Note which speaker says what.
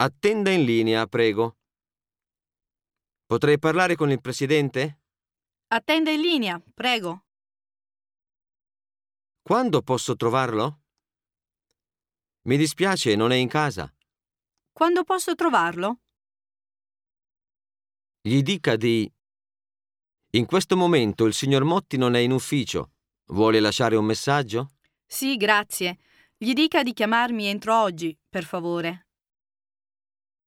Speaker 1: Attenda in linea, prego. Potrei parlare con il presidente?
Speaker 2: Attenda in linea, prego.
Speaker 1: Quando posso trovarlo? Mi dispiace, non è in casa.
Speaker 2: Quando posso trovarlo?
Speaker 1: Gli dica di... In questo momento il signor Motti non è in ufficio. Vuole lasciare un messaggio?
Speaker 2: Sì, grazie. Gli dica di chiamarmi entro oggi, per favore.